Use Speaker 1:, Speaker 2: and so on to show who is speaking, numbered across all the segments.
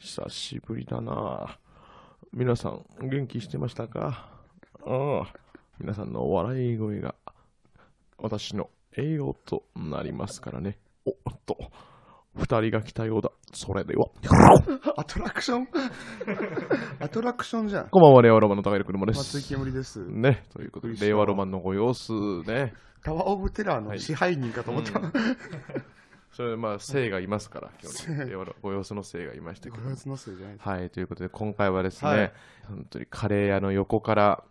Speaker 1: 久しぶりだな。皆さん、元気してましたかああ、皆さんの笑い声が、私の栄養となりますからね。おっと、二人が来たようだ。それでは。
Speaker 2: アトラク ションアトラクションじゃん。
Speaker 1: こんばんは、令和ロマンの高井車で
Speaker 2: 松井
Speaker 1: す。
Speaker 2: 煙です。
Speaker 1: ね、ということで、令和ロマンのご様子ね。
Speaker 2: タワーオブテラ
Speaker 1: は
Speaker 2: ーの
Speaker 1: い
Speaker 2: 支配人かと思った。
Speaker 1: それ、まあ、生がいますから、今日
Speaker 2: 生
Speaker 1: ね令和ロご様子の生がいました
Speaker 2: ご
Speaker 1: けど。
Speaker 2: 様子のせいじゃない
Speaker 1: はい、ということで今回はですね、
Speaker 2: はい
Speaker 1: 本当にカレー屋の横から、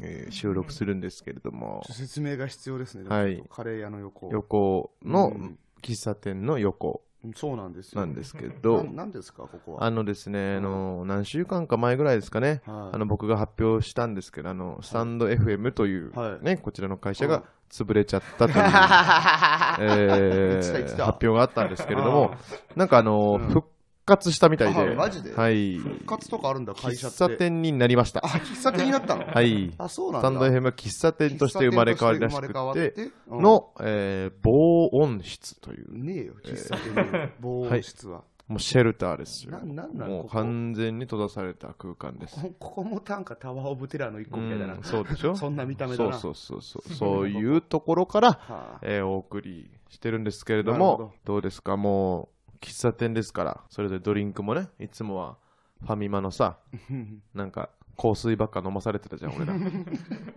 Speaker 1: えー収録するんですけれども、
Speaker 2: 説明が必要ですね。
Speaker 1: はい
Speaker 2: ちょっとカレー屋の横。
Speaker 1: 横の
Speaker 2: うん
Speaker 1: 喫茶店の横
Speaker 2: うんそうなんですよ。
Speaker 1: なんですけ
Speaker 2: な
Speaker 1: ど、
Speaker 2: なんですか、ここは。
Speaker 1: あのですね、あの何週間か前ぐらいですかね、
Speaker 2: はい
Speaker 1: あの僕が発表したんですけど、あのスタンド FM という、
Speaker 2: はい
Speaker 1: ね、こちらの会社
Speaker 2: は
Speaker 1: が
Speaker 2: い
Speaker 1: 潰れちゃったと いう。えー
Speaker 2: 言ってた言って
Speaker 1: 発
Speaker 2: た
Speaker 1: 表があったんですけれども、なんかあの、
Speaker 2: うん
Speaker 1: 復活したみたいで、
Speaker 2: あマジで
Speaker 1: はい、
Speaker 2: 復活とかあるんだ、会社って。
Speaker 1: 喫茶店になりました。
Speaker 2: あ、喫茶店になったの
Speaker 1: はい。
Speaker 2: あ、そうな
Speaker 1: ス
Speaker 2: んだ。
Speaker 1: タンド FM は喫茶店として生まれ変わりらし
Speaker 2: 喫茶店
Speaker 1: く、
Speaker 2: として生まれ変わってて、うん
Speaker 1: の、えー防音室という、
Speaker 2: ねえよ、喫茶店 の防音室は。
Speaker 1: もうシェルターですよ。
Speaker 2: ななんなん
Speaker 1: もう
Speaker 2: ここ
Speaker 1: 完全に閉ざされた空間です。
Speaker 2: こここもなんかタワーオブテラーの一個みたいだな
Speaker 1: うん。そうでしょ
Speaker 2: そんな見た目だ
Speaker 1: そ
Speaker 2: な。
Speaker 1: うそうそう そう。そういうところから、
Speaker 2: はあ
Speaker 1: えーお送りしてるんですけれど
Speaker 2: なるほ
Speaker 1: も、どうですかもう、喫茶店ですから、それでドリンクもね、いつもはファミマのさ、なんか香水ばっか飲まされてたじゃん、 俺ら。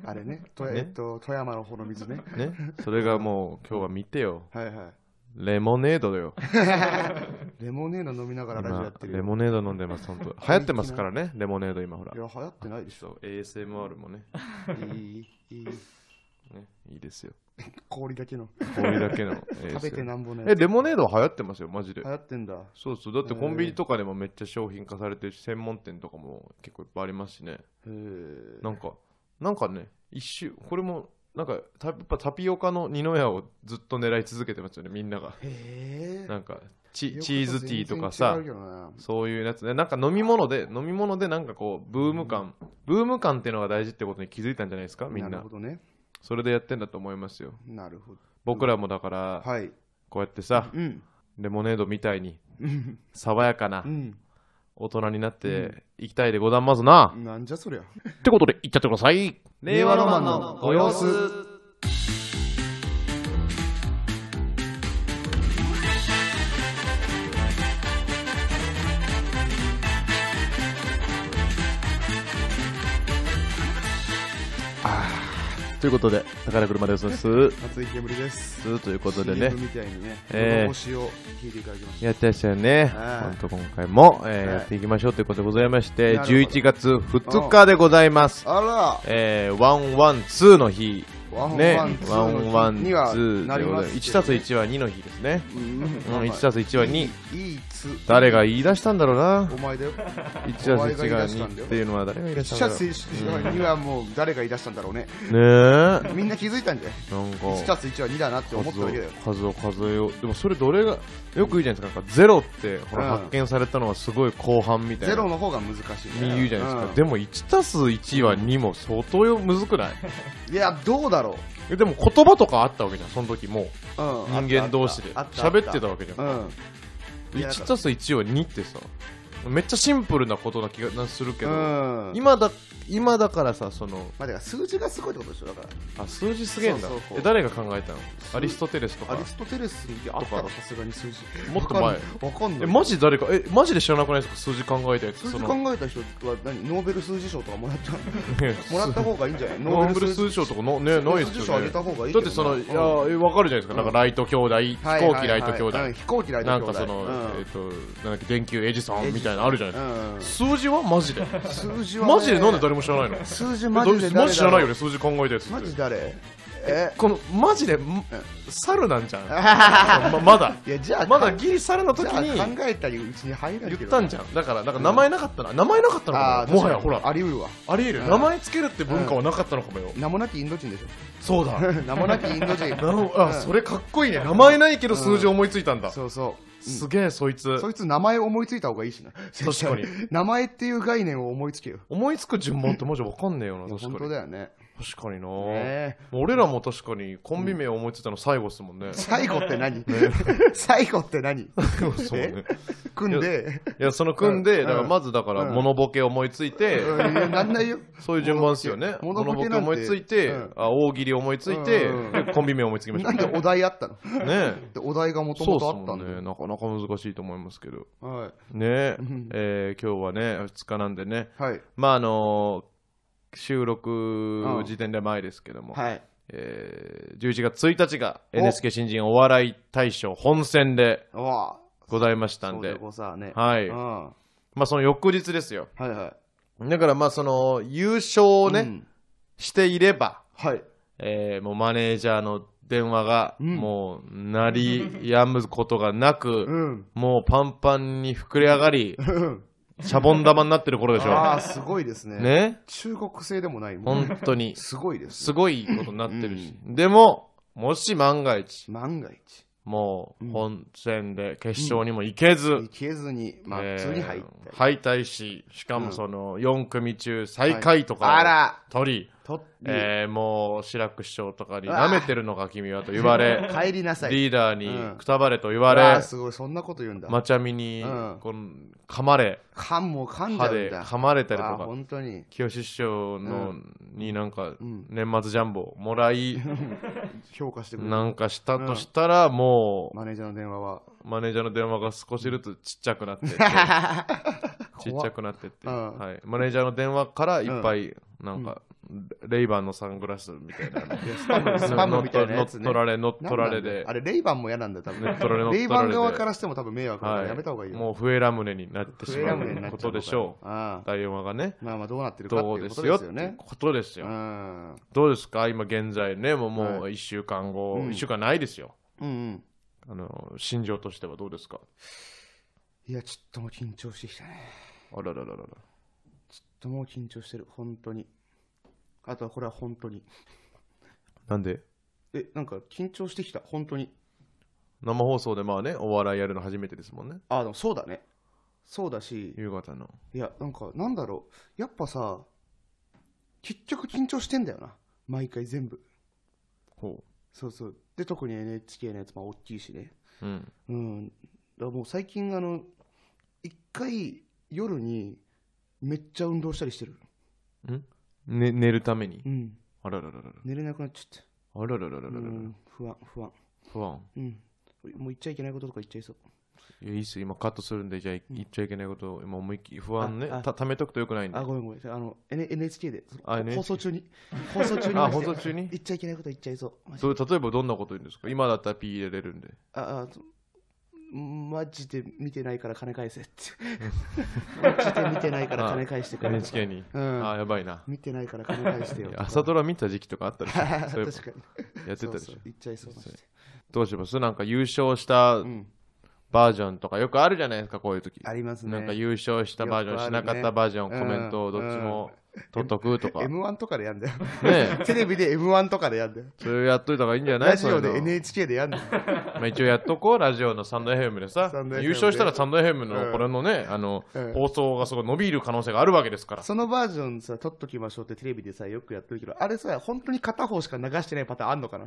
Speaker 2: あれね、と
Speaker 1: ね
Speaker 2: えっと、富山の方の水ね。
Speaker 1: ね。それがもう、今日は見てよ。
Speaker 2: はいは
Speaker 1: レモネードだよ。
Speaker 2: い。レモネード飲みながらラジオや
Speaker 1: 今
Speaker 2: ってるよ。
Speaker 1: レモネード飲んでます、本当。流行ってますからね、レモネード今ほら
Speaker 2: い。や、流行ってないでし
Speaker 1: そう、ASMR もね、
Speaker 2: ょ。いい、いい、
Speaker 1: ねいいです よ。
Speaker 2: 氷だけの。
Speaker 1: 氷だけ の ASMR。
Speaker 2: 食べてなんぼのやつ。
Speaker 1: え、レモネードは流行ってますよ、マジで
Speaker 2: 流。行ってんだ。
Speaker 1: そうそう、だってコンビニとかでもめっちゃ商品化されてるし、専門店とかも結構いっぱいありますしね。
Speaker 2: へー
Speaker 1: なんか、なんかね、一周、これも、なんかたやっぱタピオカの二の矢をずっと狙い続けてますよね、みんなが。
Speaker 2: へ
Speaker 1: なんかチ
Speaker 2: え。
Speaker 1: チーズティーとかさ
Speaker 2: 全然違うけどな
Speaker 1: そういうやつねなんか飲み物で飲み物でなんかこうブーム感、ブーム感っていうのが大事ってことに気づいたんじゃないですかみん
Speaker 2: な
Speaker 1: な
Speaker 2: るほどね。
Speaker 1: それでやってんだと思いますよ
Speaker 2: なるほど。
Speaker 1: 僕らもだから、
Speaker 2: はい。
Speaker 1: こうやってさ
Speaker 2: うん。
Speaker 1: レモネードみたいに
Speaker 2: うん。
Speaker 1: 爽やかな
Speaker 2: うん
Speaker 1: 大人になっていきたいでございますな、
Speaker 2: なんじゃそりゃ。
Speaker 1: ってことでいっちゃってください
Speaker 2: 令和ロマンのご様子
Speaker 1: ということで宝車ですす
Speaker 2: 松井煙です。
Speaker 1: すということで
Speaker 2: CM
Speaker 1: ね
Speaker 2: みたいにね、
Speaker 1: ええ
Speaker 2: 星を聞いていただきました。
Speaker 1: やってらっしゃるね。
Speaker 2: は
Speaker 1: ほん
Speaker 2: い
Speaker 1: と今回も、えー
Speaker 2: はい
Speaker 1: やっていきましょうということでございまして、
Speaker 2: なるほど
Speaker 1: 11月2日でございます。
Speaker 2: あ
Speaker 1: えー、112の日。
Speaker 2: ら、ワン
Speaker 1: ね、
Speaker 2: ワンツーの日には
Speaker 1: 112
Speaker 2: な
Speaker 1: で
Speaker 2: り
Speaker 1: ござい
Speaker 2: ま
Speaker 1: ますす。
Speaker 2: け
Speaker 1: 1
Speaker 2: ど
Speaker 1: たす1は2の日ですね。
Speaker 2: うん
Speaker 1: うん、1たす1は2。
Speaker 2: いいつ
Speaker 1: 誰が言い出したんだろうな
Speaker 2: お。前だよ
Speaker 1: 1たす1が
Speaker 2: お前が言い出したんだ
Speaker 1: 2
Speaker 2: よ
Speaker 1: っていうのは誰が言い出し
Speaker 2: 死
Speaker 1: たん
Speaker 2: 者
Speaker 1: だろう。ね
Speaker 2: 選手にはもう誰が言い出したんだろうね
Speaker 1: え。なんか、
Speaker 2: みんな気づいたんじゃない1たす1は2だなって思った
Speaker 1: 数
Speaker 2: わ
Speaker 1: を
Speaker 2: けだよ
Speaker 1: 数を数えよう。でもそれどれが、よく言うじゃないですか。なんかゼロって、ほ
Speaker 2: うん
Speaker 1: ら発見されたのはすごい後半みたい
Speaker 2: ゼ
Speaker 1: な。
Speaker 2: ロの方が難しいね
Speaker 1: 言うじゃないですか、
Speaker 2: うん
Speaker 1: でも1たす1は2も相当よむずくない
Speaker 2: いやどうだろ
Speaker 1: えでも言葉とかあったわけじゃんその時もう
Speaker 2: ううん
Speaker 1: 人間同士で
Speaker 2: あたあ
Speaker 1: 喋ってた
Speaker 2: あ
Speaker 1: わけじゃん
Speaker 2: たうんいや
Speaker 1: 1たす1は2ってさめっちゃシンプルなことな気がするけど、
Speaker 2: うん
Speaker 1: 今だ今だからさその
Speaker 2: まあだから数字がすごいってことでしょだか
Speaker 1: あ数字すげえんだ
Speaker 2: そうそうそう
Speaker 1: え誰が考えたの
Speaker 2: 数
Speaker 1: アリストテレスと
Speaker 2: らア
Speaker 1: か
Speaker 2: リストテレスにあったらさすがに数字
Speaker 1: もっと前
Speaker 2: わかんわかんない
Speaker 1: えマジ誰かえマジで知らなくないですか数字考えたやつ
Speaker 2: 数字
Speaker 1: その
Speaker 2: 考えた人は何ノーベル数字賞とかもらった
Speaker 1: ね
Speaker 2: もらった方がいいんじゃない
Speaker 1: ノーベル数字賞とかのねないです
Speaker 2: 数字賞
Speaker 1: よ
Speaker 2: あげ
Speaker 1: ね
Speaker 2: た方がいい
Speaker 1: だ
Speaker 2: け
Speaker 1: っ
Speaker 2: ど
Speaker 1: て
Speaker 2: な
Speaker 1: そのいや
Speaker 2: うん
Speaker 1: わかるじゃないですかなんかライト兄弟飛
Speaker 2: はい
Speaker 1: 行機ライト兄
Speaker 2: はいはいはいうん
Speaker 1: 弟
Speaker 2: 飛行機ライト
Speaker 1: な
Speaker 2: 兄
Speaker 1: ん
Speaker 2: 弟
Speaker 1: かその、えっ、と、なんだっけ、電球エジソンみたいなのあるじゃないですか。
Speaker 2: うんうん
Speaker 1: 数字はマジで。
Speaker 2: 数字はね
Speaker 1: マジでなんで誰も知らないの
Speaker 2: 数字マジで誰だ
Speaker 1: マジ知らないよね、数字考えたやつ
Speaker 2: マ
Speaker 1: っ
Speaker 2: ジ
Speaker 1: て。
Speaker 2: 誰え
Speaker 1: この、マジで、ん猿なんじゃん。 ままだ。
Speaker 2: いやじゃあ
Speaker 1: まだギリ猿の
Speaker 2: じ
Speaker 1: 時
Speaker 2: ゃあ
Speaker 1: に
Speaker 2: 考えたりうちに入らない
Speaker 1: 言っ
Speaker 2: けど
Speaker 1: たんじゃん。だから、なんか名前なかったな。名前なかったの
Speaker 2: あ
Speaker 1: か
Speaker 2: ー
Speaker 1: も。もはや、
Speaker 2: 確
Speaker 1: ほ
Speaker 2: かに
Speaker 1: ら。
Speaker 2: あり得るわ
Speaker 1: あり得る。名前つけるって文化はなかったのかもよ。
Speaker 2: 名もなきインド人でし
Speaker 1: そうだ。
Speaker 2: ょ名もなきインド人
Speaker 1: なるほど あ、
Speaker 2: うん
Speaker 1: それかっこいいね。名前ないけど数字思いついたんだ。
Speaker 2: そうそ
Speaker 1: すげえ、そいつ
Speaker 2: う。そいつ名前思いついた方がいいしな
Speaker 1: 確か に
Speaker 2: 名前っていう概念を思いつけよ
Speaker 1: 思いつく順番ってマジわかんねえよな、
Speaker 2: 本
Speaker 1: 確か
Speaker 2: 当
Speaker 1: に。
Speaker 2: だよね
Speaker 1: 確かにな、
Speaker 2: ねえ
Speaker 1: 俺らも確かにコンビ名思いついたの最後っすもんね。
Speaker 2: 最後っ て何
Speaker 1: ね
Speaker 2: 最後って何
Speaker 1: そうそうね。
Speaker 2: 組んで、
Speaker 1: いや、その組んで、
Speaker 2: うん
Speaker 1: だからまずだから、
Speaker 2: うん
Speaker 1: モノボケ思いついて、
Speaker 2: うんいやなんないよ。
Speaker 1: そういう順番ですよね。
Speaker 2: モ
Speaker 1: モ
Speaker 2: ノ
Speaker 1: ノ
Speaker 2: ボ
Speaker 1: ボ
Speaker 2: ケ
Speaker 1: ケ
Speaker 2: なんて
Speaker 1: 思いついて、
Speaker 2: うん
Speaker 1: あ大喜利思いついて、
Speaker 2: うん
Speaker 1: でコンビ名思いつきました
Speaker 2: なんで
Speaker 1: ね。
Speaker 2: お題あったの
Speaker 1: ね
Speaker 2: でお題がもと
Speaker 1: そ
Speaker 2: も
Speaker 1: う
Speaker 2: と
Speaker 1: で
Speaker 2: あ
Speaker 1: す
Speaker 2: った
Speaker 1: も
Speaker 2: んだ
Speaker 1: んね。
Speaker 2: よ
Speaker 1: なかなか難しいと思いますけど。
Speaker 2: は
Speaker 1: ね
Speaker 2: うん
Speaker 1: えー今日はね、2日なんでね、
Speaker 2: い。はい。
Speaker 1: まああのー収録時点で前ですけども、
Speaker 2: はい。
Speaker 1: えー11月1日が
Speaker 2: お
Speaker 1: NSK 新人お笑い大賞本選で
Speaker 2: うわ
Speaker 1: ございました
Speaker 2: そ
Speaker 1: ん
Speaker 2: うで
Speaker 1: で、
Speaker 2: こさね。
Speaker 1: はい。
Speaker 2: うん。は
Speaker 1: まあその翌日ですよ。
Speaker 2: いはい。
Speaker 1: だからまあその優勝をね、
Speaker 2: うん
Speaker 1: していれば、
Speaker 2: はい。
Speaker 1: えーもうマネージャーの電話が
Speaker 2: うん
Speaker 1: もう鳴りやむことがなく、
Speaker 2: うん。
Speaker 1: もうパンパンに膨れ上がり、
Speaker 2: うん
Speaker 1: シャボン玉になってる頃でしょ。
Speaker 2: ああ、すごいですね。
Speaker 1: ね
Speaker 2: 中国製でもないもん。
Speaker 1: 本当に、
Speaker 2: すごいです
Speaker 1: す
Speaker 2: ね。
Speaker 1: ごいことになってるし。でも、もし万が一、
Speaker 2: 万が一。
Speaker 1: も
Speaker 2: う
Speaker 1: うん本戦で決勝にも行けず、
Speaker 2: いけずに、まあ、
Speaker 1: えー
Speaker 2: 普通に入って。
Speaker 1: 敗退し、しかもその4組中最下位と
Speaker 2: あ、
Speaker 1: からを取り、
Speaker 2: とって、
Speaker 1: えーもう志らく師匠とかに舐めてるのか君はと言わ れ、
Speaker 2: 帰りなさい。
Speaker 1: リーダー
Speaker 2: うん
Speaker 1: にくたばれと言
Speaker 2: あ
Speaker 1: わ
Speaker 2: ら、
Speaker 1: れ、
Speaker 2: すごい、そんなこと言うんだ。
Speaker 1: まちゃみに
Speaker 2: うん
Speaker 1: この噛まれ、
Speaker 2: 噛んも噛んじゃ
Speaker 1: 歯
Speaker 2: うん
Speaker 1: で
Speaker 2: だ。
Speaker 1: 噛まれたり
Speaker 2: あ
Speaker 1: と
Speaker 2: ー
Speaker 1: か、
Speaker 2: 本当に。
Speaker 1: 清志師匠
Speaker 2: う
Speaker 1: のになんか
Speaker 2: うん
Speaker 1: 年末ジャンボもら い、
Speaker 2: 評価してくれる。
Speaker 1: なんかしたとしたら、も
Speaker 2: マネージャーの電話は。
Speaker 1: うマネージャーの電話が少しずつちっちゃくな ってって、 ちっちゃくなってって、
Speaker 2: うん
Speaker 1: はい、マネージャーの電話からいっぱい、なんか、レイバンのサングラスみたいな の、
Speaker 2: スパム、スパムみたいな
Speaker 1: 乗
Speaker 2: や
Speaker 1: っ
Speaker 2: つ
Speaker 1: 取
Speaker 2: ね。
Speaker 1: られ、乗っ取られ
Speaker 2: なんなんだよ
Speaker 1: で
Speaker 2: あ、れ、レイバンも嫌なんだよ、多
Speaker 1: 乗
Speaker 2: 分
Speaker 1: っ。取られ、乗っ
Speaker 2: レイ
Speaker 1: 取
Speaker 2: バ
Speaker 1: ら
Speaker 2: ン側か
Speaker 1: れ
Speaker 2: らしても多分迷惑だからやめた方がいい
Speaker 1: で、
Speaker 2: よ。
Speaker 1: もう笛ラムネになってし
Speaker 2: フレ
Speaker 1: ま
Speaker 2: アム
Speaker 1: う
Speaker 2: になっちゃ
Speaker 1: こ
Speaker 2: うの
Speaker 1: と
Speaker 2: か
Speaker 1: でしょう。
Speaker 2: ああ
Speaker 1: 大馬がね、
Speaker 2: まあまあどうなってるかって
Speaker 1: どう
Speaker 2: いう
Speaker 1: で
Speaker 2: こ
Speaker 1: す
Speaker 2: とで
Speaker 1: よっ
Speaker 2: す
Speaker 1: て
Speaker 2: よね。
Speaker 1: ことです
Speaker 2: う
Speaker 1: よ。
Speaker 2: ん。うん
Speaker 1: どうですか、今現在ね、もうもう1週間後、
Speaker 2: うん
Speaker 1: 1週間ないですよ。
Speaker 2: うん。
Speaker 1: あの心情としてはどうですか
Speaker 2: いや、ちょっともう緊張してきたね。
Speaker 1: あららららら。
Speaker 2: ちょっともう緊張してる、本当に。あとはこれは本当に。
Speaker 1: なんで
Speaker 2: え、なんか緊張してきた、本当に。
Speaker 1: 生放送でまあね、お笑いやるの初めてですもんね。
Speaker 2: あ、でもそうだね。そうだし、
Speaker 1: 夕方の。
Speaker 2: いや、なんか、なんだろう。やっぱさ、結局緊張してんだよな。毎回全部。
Speaker 1: ほ
Speaker 2: そうそう。で、特に NHK のやつも大きいしね。
Speaker 1: う。うん。
Speaker 2: うん。だからもう最近、あの、一回夜にめっちゃ運動したりしてる。
Speaker 1: ね、寝るために。
Speaker 2: うん。
Speaker 1: あららららら。
Speaker 2: 寝れなくなっちゃっ
Speaker 1: あららららら
Speaker 2: た。う
Speaker 1: らら。
Speaker 2: ん、不安、不安。
Speaker 1: 不安。
Speaker 2: うん。もう言っちゃいけないこととか言っちゃいそう。
Speaker 1: いや、いいっす。今カットするんで、じゃあ言っちゃいけないことを、今思いっきり不安ね
Speaker 2: ああ。
Speaker 1: た溜めとくとよくないんで
Speaker 2: あ、。ごめんごめん。あの、N、NHK で、その
Speaker 1: あ NHK
Speaker 2: 放送中に。放送中に。
Speaker 1: あ、放送中に
Speaker 2: 言っちゃいけないこと言っちゃいそう。マジ
Speaker 1: どう例えばどんなこと言うんですか今だったら P 入れれるんで。
Speaker 2: ああそマジで見てないから金返せって。マジで見てないから金返してくれ。
Speaker 1: NHK に。
Speaker 2: うん。
Speaker 1: あ、やばいな。
Speaker 2: 見てないから金返してよ
Speaker 1: い
Speaker 2: と
Speaker 1: や
Speaker 2: か。
Speaker 1: 朝ドラ見た時期とかあったでしょ
Speaker 2: 確
Speaker 1: そういえば
Speaker 2: かに。
Speaker 1: やってた
Speaker 2: そう
Speaker 1: でし
Speaker 2: そ
Speaker 1: ょ
Speaker 2: う。言っちゃいそうマジで。
Speaker 1: どうしますなんか優勝した
Speaker 2: うん。
Speaker 1: バージョンとかよくあるじゃないですか、こういう時。
Speaker 2: ありますね。
Speaker 1: なんか優勝したバージョン、
Speaker 2: よく
Speaker 1: し
Speaker 2: あるね
Speaker 1: なかったバージョン、コメント
Speaker 2: う
Speaker 1: を
Speaker 2: ん
Speaker 1: どっちも取っとくとか。ね
Speaker 2: M1 とかでやんだよ。
Speaker 1: え
Speaker 2: テレビで M1 とかでやんだよ。
Speaker 1: それやっといた方がいいんじゃない
Speaker 2: ラジオ
Speaker 1: そう
Speaker 2: で
Speaker 1: いうの
Speaker 2: NHK でやんだよ。
Speaker 1: まあ、一応やっとこう、ラジオのサンド FM でさ
Speaker 2: サンド FM。で
Speaker 1: 優勝したらサンド FM
Speaker 2: うん
Speaker 1: のこれのね、あの
Speaker 2: うん、
Speaker 1: 放送がすごい伸びる可能性があるわけですから。
Speaker 2: そのバージョンさ、撮っときましょうってテレビでさ、よくやってるけど、あれさ、本当に片方しか流してないパターンあんのかな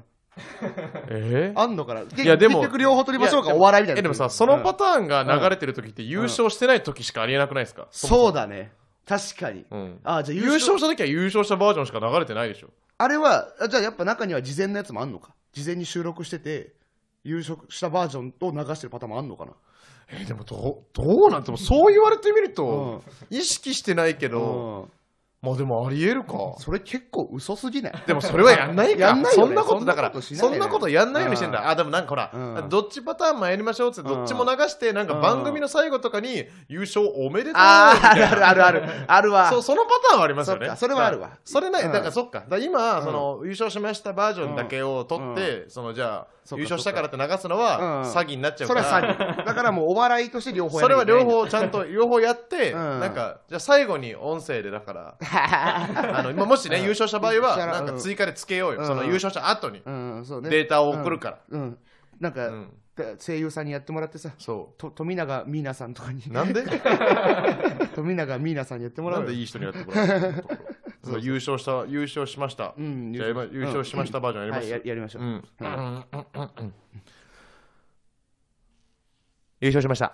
Speaker 1: え
Speaker 2: あんのかない
Speaker 1: いやでも
Speaker 2: 結局両方撮りましょう
Speaker 1: い
Speaker 2: か、
Speaker 1: や
Speaker 2: お笑いみたいな。
Speaker 1: え、でもさ、その
Speaker 2: うん
Speaker 1: パターンが流れてる時って優勝してない時しかありえなくないですか
Speaker 2: そうだね。確かに。
Speaker 1: うん。
Speaker 2: あ、じゃあ
Speaker 1: 優勝した時は優勝したバージョンしか流れてないでしょ。
Speaker 2: あれは、あじゃあやっぱ中には事前のやつもあんのか。事前に収録してて、優勝したバージョンを流してるパターンもあんのかな。
Speaker 1: え、でもどう、どうなんて、でもそう言われてみると、意識してないけど、
Speaker 2: うん。
Speaker 1: まあでもありえるか。
Speaker 2: それ結構嘘すぎない。
Speaker 1: でもそれはやんないか
Speaker 2: やんない
Speaker 1: そ
Speaker 2: よね
Speaker 1: んなことだから
Speaker 2: そんなことしない
Speaker 1: そ
Speaker 2: よね
Speaker 1: んなことやんないようにしてんだあでもなんかほら、
Speaker 2: うん
Speaker 1: どっちパターンもやりましょうっつってどっちも流してなんか番組の最後とかに優勝おめでとうみ
Speaker 2: ああ、あ
Speaker 1: たい
Speaker 2: る
Speaker 1: な
Speaker 2: あるあるある。あるわ。
Speaker 1: そうそのパターンはありますよね
Speaker 2: そっかそれはある
Speaker 1: だ
Speaker 2: わ
Speaker 1: からそれない
Speaker 2: うん
Speaker 1: だからそっかだから今、その優勝しましたバージョンだけを取って、そのじゃあ
Speaker 2: そっか
Speaker 1: 優勝したからって流すのは
Speaker 2: うん
Speaker 1: 詐欺になっちゃう
Speaker 2: そ
Speaker 1: か
Speaker 2: れ
Speaker 1: ら、
Speaker 2: は詐欺。だからもうお笑いとして両方や
Speaker 1: それ
Speaker 2: ら
Speaker 1: は
Speaker 2: なきゃいけ
Speaker 1: 両
Speaker 2: ない。
Speaker 1: 方ちゃ んと両方やって、
Speaker 2: うん
Speaker 1: なんかじゃあ最後に音声でだからあの今もしね、優勝した場合はなんか追加でつけようよ、
Speaker 2: うん
Speaker 1: その優勝した後に
Speaker 2: うん、そうね。
Speaker 1: データを送るから、
Speaker 2: うん。なんか、
Speaker 1: うん
Speaker 2: 声優さんにやってもらってさ、
Speaker 1: そ
Speaker 2: と富永美奈さんとかに
Speaker 1: う。なんで
Speaker 2: 富永美奈さんにやっても ら
Speaker 1: な
Speaker 2: うんよ
Speaker 1: でいい人にやってもらうの
Speaker 2: そうそう
Speaker 1: 優勝した、優勝しました。
Speaker 2: うん、
Speaker 1: じゃあ今優勝しましたバージョンやります
Speaker 2: はい、ややりましょう。
Speaker 1: うん
Speaker 2: うん
Speaker 1: 優勝しました。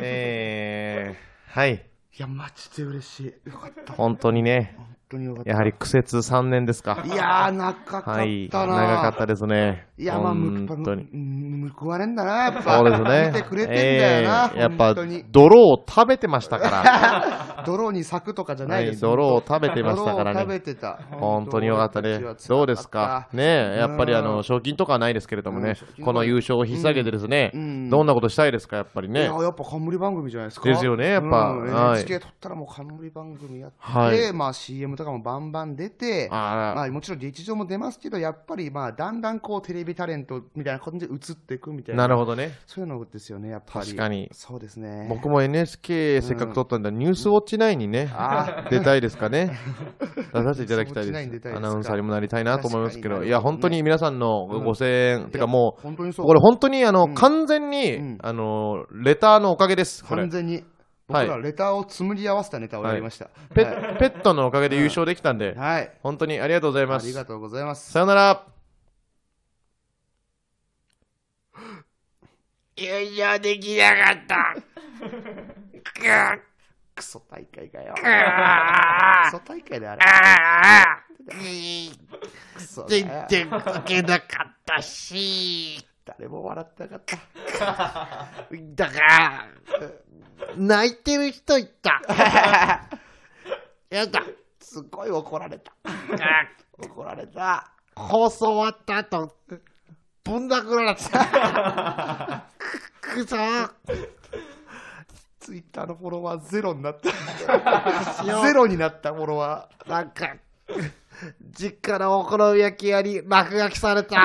Speaker 1: えー、はい、
Speaker 2: いや、マジで嬉しい。よかった、本
Speaker 1: 本当にね、
Speaker 2: 当によかった。
Speaker 1: やはり苦節3年ですか
Speaker 2: い。やー、長かったな。
Speaker 1: はい、長かったですね。
Speaker 2: いや、まあ、む
Speaker 1: 本当に。
Speaker 2: む報われんだな、やっぱ。
Speaker 1: そうですね。
Speaker 2: 見てくれてんだよな、
Speaker 1: えーやっぱ
Speaker 2: 本当に。、
Speaker 1: 泥を食べてましたから。
Speaker 2: 泥に咲くとかじゃ な
Speaker 1: はい
Speaker 2: で
Speaker 1: い、
Speaker 2: す。
Speaker 1: 泥を
Speaker 2: 本
Speaker 1: 食べ
Speaker 2: 当
Speaker 1: てましたから
Speaker 2: 泥を食
Speaker 1: ね
Speaker 2: べ。てた。
Speaker 1: 本当によかったね
Speaker 2: 俺ちは。
Speaker 1: どうですかねえやっぱりあの、賞金とかはないですけれども
Speaker 2: うん
Speaker 1: ね
Speaker 2: 賞金と、か
Speaker 1: この優勝を引っ提げてですね
Speaker 2: うんうん、
Speaker 1: どんなことしたいですか、やっぱり
Speaker 2: いや
Speaker 1: ね。
Speaker 2: やっぱ冠番組じゃないですか。
Speaker 1: ですよねやっぱ
Speaker 2: うん
Speaker 1: はい
Speaker 2: NHK 撮ったらもう冠番組やって、
Speaker 1: はい
Speaker 2: まあ CM とかもバンバン出て、
Speaker 1: あ
Speaker 2: まあもちろん劇場も出ますけど、やっぱりまあだんだんこうテレビタレントみたいな感じで映っていくみた
Speaker 1: ら、
Speaker 2: い
Speaker 1: な
Speaker 2: な。
Speaker 1: るほどね。
Speaker 2: そういうのですよね、やっぱり。
Speaker 1: 確かに
Speaker 2: そうですね。
Speaker 1: 僕も NHK せっかく撮ったんだ、ニュースウォッチ9にね、
Speaker 2: あ
Speaker 1: 出たいですか ね。出させていただきたい
Speaker 2: ニュースウォッチナイン出
Speaker 1: で
Speaker 2: た
Speaker 1: す。
Speaker 2: いですか
Speaker 1: アナウンサーにもなりたいなと思いますけ
Speaker 2: 確か
Speaker 1: ど、
Speaker 2: に
Speaker 1: いや、本当に皆さんのご声援、 てかもう、
Speaker 2: 本当にそう。
Speaker 1: これ本当にあの、
Speaker 2: ん
Speaker 1: 完全に、
Speaker 2: うん
Speaker 1: あのレターのおかげです。これ
Speaker 2: 完全に。僕
Speaker 1: はい
Speaker 2: らレターを紡ぎ合わせたネタをやりました。
Speaker 1: ペ
Speaker 2: はい
Speaker 1: ッペットのおかげで優勝できたんで、
Speaker 2: はい。
Speaker 1: 本当にありがとうござい
Speaker 2: あ
Speaker 1: ます
Speaker 2: り。がとうございます。
Speaker 1: さよなら。
Speaker 2: 優勝できなかった。クソ大会かよ。クソ大会であれ。クソだよ
Speaker 3: 全然書けなかったし、
Speaker 2: 誰も笑ってなかった。
Speaker 3: だから、泣いてる人いた。 やだ、
Speaker 2: すごい怒られた。怒られた。
Speaker 3: 放送終わった後、ぶん殴られた。くそ、
Speaker 2: ツイッターのフォロワーゼロになった。ゼロになったフォロワー。
Speaker 3: なんか、実家のお好み焼き屋に落書きされた。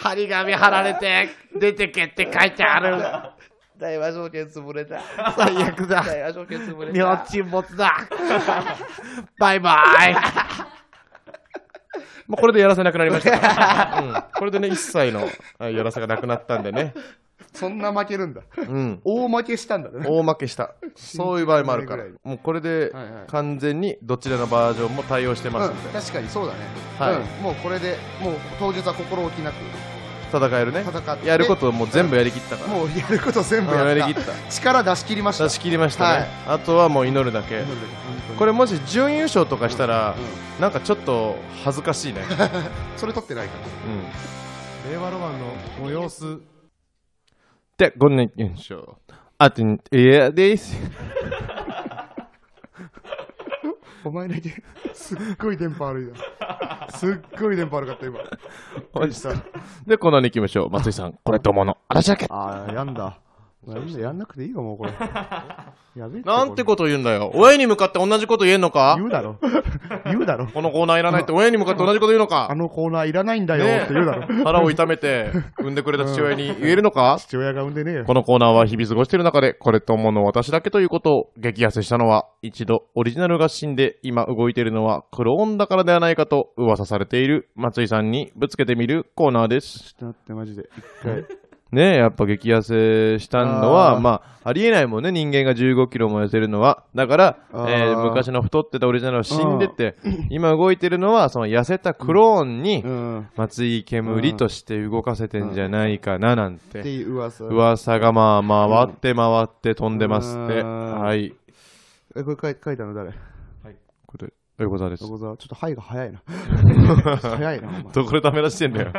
Speaker 3: 張り紙貼られて、出てけって書いてある。
Speaker 2: 大和証券潰れた。
Speaker 3: 最悪だ。
Speaker 2: 大和証券潰れた。
Speaker 3: 日本沈 没だ。バイバイ。
Speaker 1: もうこれでやらせなくなりました から、うんこれでね、一切のはいやらせがなくなったんでね、
Speaker 2: そんな負けるんだ。
Speaker 1: うん、
Speaker 2: 大負けしたんだね。
Speaker 1: 大負けした。そういう場合もあるから
Speaker 2: 信じられないぐ、
Speaker 1: もうこれで
Speaker 2: はいはい
Speaker 1: 完全にどちらのバージョンも対応して
Speaker 2: うん
Speaker 1: ますんで、
Speaker 2: 確かにそうだね。
Speaker 1: はい
Speaker 2: うんもうこれで、もう当日は心置きなく、
Speaker 1: 戦えるね。
Speaker 2: 戦って
Speaker 1: やることをもう全部やりきったから。
Speaker 2: もうやること全部
Speaker 1: うん
Speaker 2: や
Speaker 1: や
Speaker 2: った。
Speaker 1: りきった。
Speaker 2: 力出し切りました。
Speaker 1: 出し切りましたね、あとはもう祈るだけ
Speaker 2: なので本当に
Speaker 1: これもし準優勝とかしたら、
Speaker 2: う
Speaker 1: なんかちょっと恥ずかしい ね、
Speaker 2: んそれ取ってないから。
Speaker 1: 令和ロマンのご様子でご年優勝あとにいやです
Speaker 2: お前だけ、すっごい電波悪いな。すっごい電波悪かった、今。
Speaker 1: でこのに行きましょう松井さんこれと思うの私だけ
Speaker 2: ああ、やん だ。やんだ、やんなくていいかも、こ れ。やべえ
Speaker 1: なんてこと言うんだよ親に向かって同じこと言えんのか
Speaker 2: 言うだろ。 言うだろ。
Speaker 1: このコーナーいらないって親に向かって同じこと言うの
Speaker 2: あ
Speaker 1: か
Speaker 2: のコーナーいらないんだよ
Speaker 1: ね
Speaker 2: って言うだろ。
Speaker 1: 腹を痛めて産んでくれた父親に言えるのか
Speaker 2: 父親が産んで ねえよ。
Speaker 1: このコーナーは日々過ごしている中で、これと思うの私だけということを激痩せしたのは、一度オリジナルが死んで、今動いているのはクローンだからではないかと噂されている松井さんにぶつけてみるコーナーです。
Speaker 2: ちょっと待って、マジで。一回。
Speaker 1: ねえ、やっぱ激痩せしたのは、
Speaker 2: あー
Speaker 1: まあ、ありえないもんね、人間が15キロも痩せるのは。だから、え
Speaker 2: あー
Speaker 1: ー昔の太ってたオリジナルは死んでて、今動いているのは、その痩せたクローンに、
Speaker 2: うん。っ
Speaker 1: 松井煙として動かせてんじゃないかななんて。
Speaker 2: ていう噂。
Speaker 1: 噂がまあ回って回って飛んでますって、
Speaker 2: うん
Speaker 1: はい
Speaker 2: え、これ書い書いたの誰
Speaker 1: これ横澤です
Speaker 2: 横澤。ちょっと肺が早い な。早いな、お前。
Speaker 1: どこでダメ出してん だよ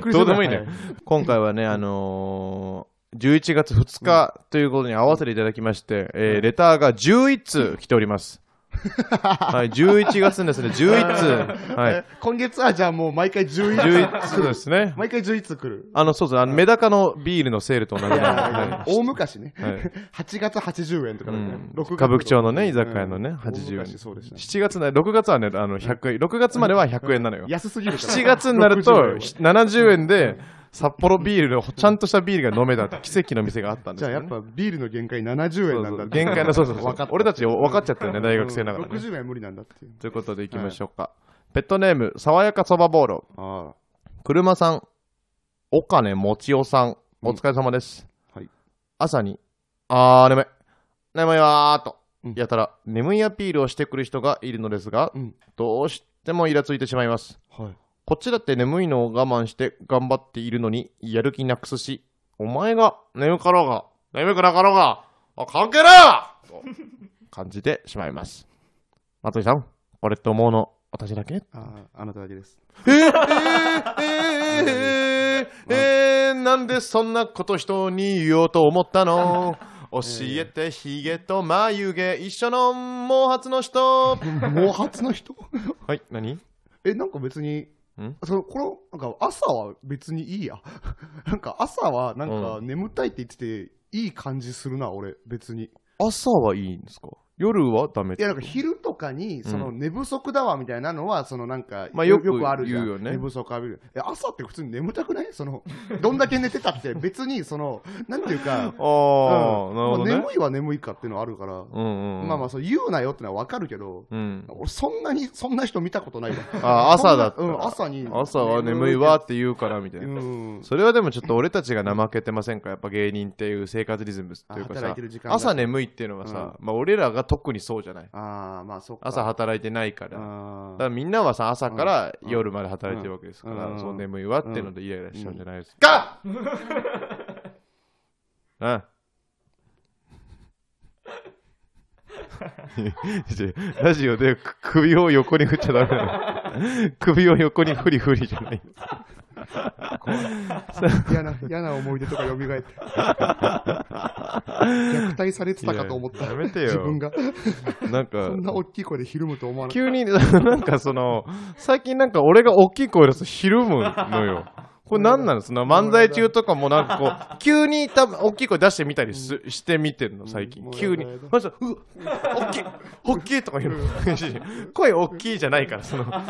Speaker 2: くりす
Speaker 1: ど
Speaker 2: る
Speaker 1: うでもいい
Speaker 2: は
Speaker 1: ね
Speaker 2: い
Speaker 1: 今回はねあのー、11月2日ということに合わせていただきまして、えーレターが11通来ております。はい、11月ですね、11通。はい
Speaker 2: え、今月 はじゃあもう毎回11
Speaker 1: 11
Speaker 2: 通
Speaker 1: 通です ね。
Speaker 2: 毎回11通来る。
Speaker 1: あの、そうですね、あのメダカのビールのセールと同じなんではい
Speaker 2: 大昔ね、
Speaker 1: はい
Speaker 2: 8月80円とかだね、
Speaker 1: うん
Speaker 2: 六月
Speaker 1: 歌舞伎町のね居酒屋のね
Speaker 2: うん
Speaker 1: 80円
Speaker 2: 大昔そうでしたね
Speaker 1: 7月ね、6月はね、あの、100円、6月までは100円なのよ。
Speaker 2: 安すぎるから
Speaker 1: 7月になると
Speaker 2: 60円は
Speaker 1: 70円で札幌ビールのちゃんとしたビールが飲めたって 奇跡の店があったんで
Speaker 2: じ
Speaker 1: す
Speaker 2: ゃあ
Speaker 1: よ、ね、
Speaker 2: やっぱビールの限界70円なんだって
Speaker 1: 限界のそうそうそう
Speaker 2: 分かった
Speaker 1: 俺たち分かっちゃったよね大学生ながら、ね
Speaker 2: 60円は無理なんだっていう
Speaker 1: ということでいきましょうか、ペットネーム爽やかそばボーロ
Speaker 2: あ
Speaker 1: 車さんお金もちおさんお疲れ様です、
Speaker 2: うんはい
Speaker 1: 朝にあー眠い眠いわーと
Speaker 2: うん
Speaker 1: やたら眠いアピールをしてくる人がいるのですが、
Speaker 2: うん
Speaker 1: どうしてもイラついてしまいます
Speaker 2: はい。
Speaker 1: こっちだって眠いのを我慢して頑張っているのにやる気なくすしお前が眠かろうが眠くなかろうがあ関係ない と感じてしまいます松井さんこれって思うの私だけ
Speaker 2: ああ、あなただけです。
Speaker 1: えー、えー、えー、えー、えー、なんでそんなこと人に言おうと思った の教えて、ひげと眉毛、一緒の毛髪の人。
Speaker 2: 毛髪の人
Speaker 1: はい、何
Speaker 2: え、なんか別に
Speaker 1: ん、
Speaker 2: そのこのなんか朝は別にいいや。なんか朝はなんか
Speaker 1: う
Speaker 2: 眠たいって言ってて、いい感じするな、俺、別に。
Speaker 1: 朝はいいんですか夜はダメ
Speaker 2: いや、なんか昼とかに、その寝不足だわみたいなのは、そのなんか、
Speaker 1: まあ
Speaker 2: よ
Speaker 1: よ
Speaker 2: く
Speaker 1: く
Speaker 2: あるじゃん。
Speaker 1: 言うよね
Speaker 2: 寝不足ある。え朝って普通に眠たくないその、どんだけ寝て たって、別に、その、なんていうか、
Speaker 1: ああ、
Speaker 2: うん
Speaker 1: なるほどね
Speaker 2: まあ。眠いは眠いかっていうのはあるから、
Speaker 1: うんうん。
Speaker 2: まあまあ、そう言うなよってのはわかるけど、
Speaker 1: うん。
Speaker 2: 俺、そんなに、そんな人見たことないわ。
Speaker 1: あ朝だった
Speaker 2: そ
Speaker 1: ら
Speaker 2: んなうん、朝に。
Speaker 1: 朝は眠いわって言うからみたいな。
Speaker 2: うん。
Speaker 1: それはでもちょっと俺たちが怠けてませんかやっぱ芸人っていう生活リズムというか
Speaker 2: あ働い
Speaker 1: さ
Speaker 2: てる時間が
Speaker 1: 朝眠いっていうのはさ、まあ俺らが特にそうじゃない
Speaker 2: ああ、まあ、そっか。
Speaker 1: 朝働いてないからだ
Speaker 2: あ
Speaker 1: か
Speaker 2: ー
Speaker 1: らみんなはさ朝から
Speaker 2: うん
Speaker 1: 夜まで働いてるわけですか
Speaker 2: うん
Speaker 1: らそう
Speaker 2: うん
Speaker 1: 眠いわっていうのでイライラしちゃうんじゃないですか
Speaker 2: が
Speaker 1: うん。ラジオでく首を横に振っちゃダメなの。首を横に振り振りじゃない。
Speaker 2: 嫌な、嫌な思い出とか 蘇って。虐待されてたかと思っ
Speaker 1: い
Speaker 2: た
Speaker 1: や。やめてよ
Speaker 2: 自分が。
Speaker 1: なんか
Speaker 2: そん、な大きい声でひるむと思わなかっ
Speaker 1: 急に、 なんかその、最近なんか俺が大きい声出すとひるむの よ。これ何なのその漫才中とかもなんかこう、急に多分大きい声出してみたりすしてみてんの、最
Speaker 2: う
Speaker 1: 近
Speaker 2: ん。
Speaker 1: 急に
Speaker 2: もうやだ。
Speaker 1: まず、う大きい、大きいとか言うの。 声大きいじゃないから、その、突っ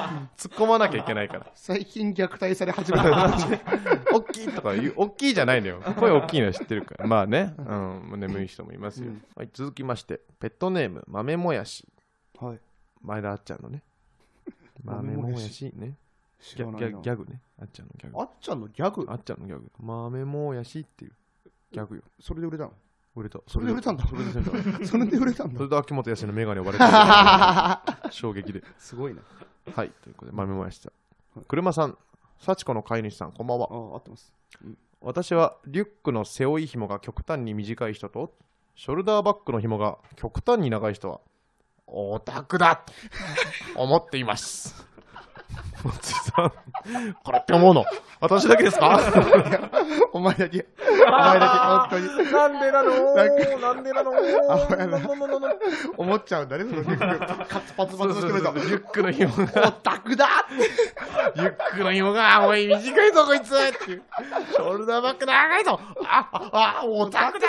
Speaker 1: 込まなきゃいけないから。
Speaker 2: た。最近虐待され始めた。
Speaker 1: 大きいとか言う、大きいじゃないのよ。声大きいのは知ってる から。まあね、うん、眠い人もいますよ。はい、続きまして、ペットネーム、豆もやし。
Speaker 2: はい。
Speaker 1: 前田あっちゃんのね。
Speaker 2: 豆
Speaker 1: 豆
Speaker 2: も
Speaker 1: も
Speaker 2: や
Speaker 1: や
Speaker 2: し
Speaker 1: しね。
Speaker 2: 知
Speaker 1: ギ
Speaker 2: ら
Speaker 1: ャ
Speaker 2: ない
Speaker 1: ギ
Speaker 2: な
Speaker 1: ャギャグね。あっちゃんのギャグ
Speaker 2: あ。っちゃんのギャグ
Speaker 1: あっちゃんのギャグ。豆もやしっていうギャグよ。
Speaker 2: それで売れたの
Speaker 1: 売れた。
Speaker 2: それで売れたんだ
Speaker 1: それで売れ た。
Speaker 2: それで売れたん
Speaker 1: そ
Speaker 2: だ
Speaker 1: れで秋元康の眼鏡を割れた。 衝撃で。
Speaker 2: すごいな
Speaker 1: はい、ということで、豆もやしさん。車さん、幸子の飼い主さん、こんばんは。
Speaker 2: あ合ってます
Speaker 1: 私はリュックの背負い紐が極端に短い人とショルダーバッグの紐が極端に長い人はオタクだと思っています松井さん これって思うの私だけです か
Speaker 2: お前だけお前だけ本当に
Speaker 1: なんでなの
Speaker 2: な
Speaker 1: な
Speaker 2: ん
Speaker 1: んでなの
Speaker 2: 思っちゃうんだねそのギャグカツパツ
Speaker 1: そ
Speaker 2: パ
Speaker 1: う
Speaker 2: ツ
Speaker 1: そう
Speaker 2: し
Speaker 1: そ
Speaker 2: て
Speaker 1: う
Speaker 2: く
Speaker 1: リ
Speaker 2: れ
Speaker 1: ュッ
Speaker 2: た
Speaker 1: クの紐が
Speaker 2: ダクだ
Speaker 1: リュックの紐がおい短いぞこいつっていうショルダーバッグ長いぞあああオタクだ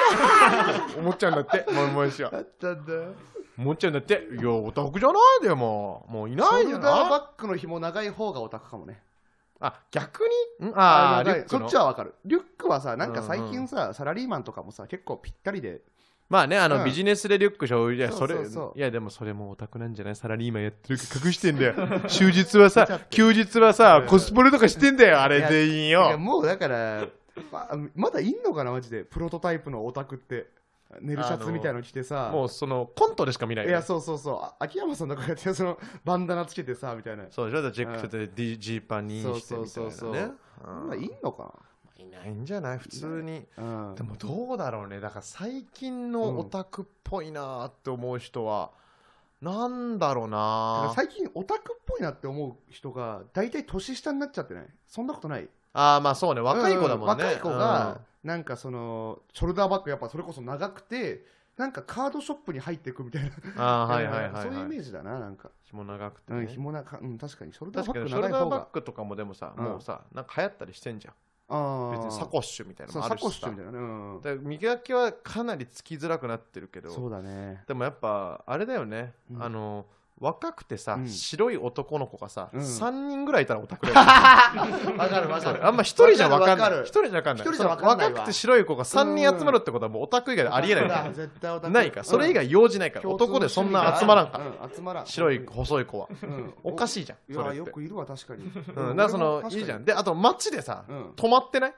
Speaker 1: 思っちゃうんだってもうもう一緒
Speaker 2: だったんだ
Speaker 1: もっちゃんだって、いや、オタクじゃないでも、もういな
Speaker 2: シ
Speaker 1: い
Speaker 2: ョ
Speaker 1: じゃな
Speaker 2: ルダ
Speaker 1: い
Speaker 2: ーバッグの紐長い方がオタクかもね
Speaker 1: あ、逆にんああ、リュック
Speaker 2: そ
Speaker 1: の
Speaker 2: っちはわかるリュックはさなんか最
Speaker 1: うんう
Speaker 2: 近さサラリーマンとかもさ結構ぴったりで
Speaker 1: まあね、あの、
Speaker 2: うん
Speaker 1: ビジネスでリュックしょ、いや、
Speaker 2: そ
Speaker 1: そうれ、
Speaker 2: そうそう
Speaker 1: いや、でもそれもオタクなんじゃないサラリーマンやってるけど隠してん だよ。終日はさ、休日はさ、コスプレとかしてんだよ、あれ全員
Speaker 2: いや
Speaker 1: よ。
Speaker 2: もうだからままだいんのかなマジでプロトタイプのオタクって寝るシャツみたいの着てさ
Speaker 1: もうその、コントでしか見ないよ
Speaker 2: いや、そうそうそう。あ秋山さんだからやって、その、バンダナつけてさ、みたいな。
Speaker 1: そうでしょだからジェックで D- ジーパンにインしてみたい
Speaker 2: そうそうそう
Speaker 1: な
Speaker 2: そ
Speaker 1: ね
Speaker 2: う。そんなんいんのか
Speaker 1: うんいないんじゃない普通に。
Speaker 2: なうん
Speaker 1: で。もどうだろうねだから最近のオタクっぽいなーって思う人は、なんだろう
Speaker 2: な
Speaker 1: な
Speaker 2: んか
Speaker 1: ー
Speaker 2: 最近オタクっぽいなって思う人が、大体年下になっちゃってないそんなことない
Speaker 1: ああまあそうね若い子だもんね、
Speaker 2: う若い子が、なんかその、ショルダーバッグやっぱそれこそ長くて、なんかカードショップに入っていくみたいな。
Speaker 1: うんああはいはいはい、はい、
Speaker 2: そういうイメージだな、なんか。
Speaker 1: 紐長くて、
Speaker 2: う
Speaker 1: ね
Speaker 2: ん、紐なか、うん、確かに。ショルダー
Speaker 1: 確
Speaker 2: バ
Speaker 1: かにシ
Speaker 2: ッグ
Speaker 1: ョ
Speaker 2: 長
Speaker 1: ル
Speaker 2: い
Speaker 1: ダ
Speaker 2: 方
Speaker 1: ーバ
Speaker 2: が
Speaker 1: ッ。グとかもでもさ、
Speaker 2: うん
Speaker 1: もうさなんか流行ったりしてんじゃん
Speaker 2: あ
Speaker 1: 別にサコッシュみたいな
Speaker 2: そ
Speaker 1: の
Speaker 2: う
Speaker 1: もあ
Speaker 2: サ
Speaker 1: るし
Speaker 2: コッシ
Speaker 1: さ
Speaker 2: ュみたいな。うん。
Speaker 1: だから磨きはかなりつきづらくなってるけ
Speaker 2: そ
Speaker 1: ど
Speaker 2: うだね。
Speaker 1: でもやっぱあれだよね、
Speaker 2: うん
Speaker 1: あの若くてさ、
Speaker 2: うん
Speaker 1: 白い男の子がさ、
Speaker 2: うん
Speaker 1: 3人ぐらいいたらオタクだよね
Speaker 2: わかるわか
Speaker 1: あんま一人じゃ分かん
Speaker 2: わ
Speaker 1: な
Speaker 2: かる
Speaker 1: い。
Speaker 2: わかる
Speaker 1: 一人じゃ分かんない。
Speaker 2: 一人じゃ分かんないわ
Speaker 1: 若くて白い子が3人集まるってことはもうオタク以外でありえない
Speaker 2: だ
Speaker 1: か
Speaker 2: 絶対オタ
Speaker 1: ら。
Speaker 2: ク
Speaker 1: ないから。それ以外用事ないから。
Speaker 2: 共通の
Speaker 1: 男でそんな
Speaker 2: 趣
Speaker 1: 集
Speaker 2: 味
Speaker 1: ま
Speaker 2: が
Speaker 1: らんから。
Speaker 2: うん集まらん
Speaker 1: 白い、細い子は。
Speaker 2: うん
Speaker 1: おかしいじゃん。
Speaker 2: い
Speaker 1: それっ
Speaker 2: や
Speaker 1: て
Speaker 2: よくいるわ確かに、う
Speaker 1: うん、だからその、いいじゃん。で、あと街でさ
Speaker 2: うん、
Speaker 1: 止まってない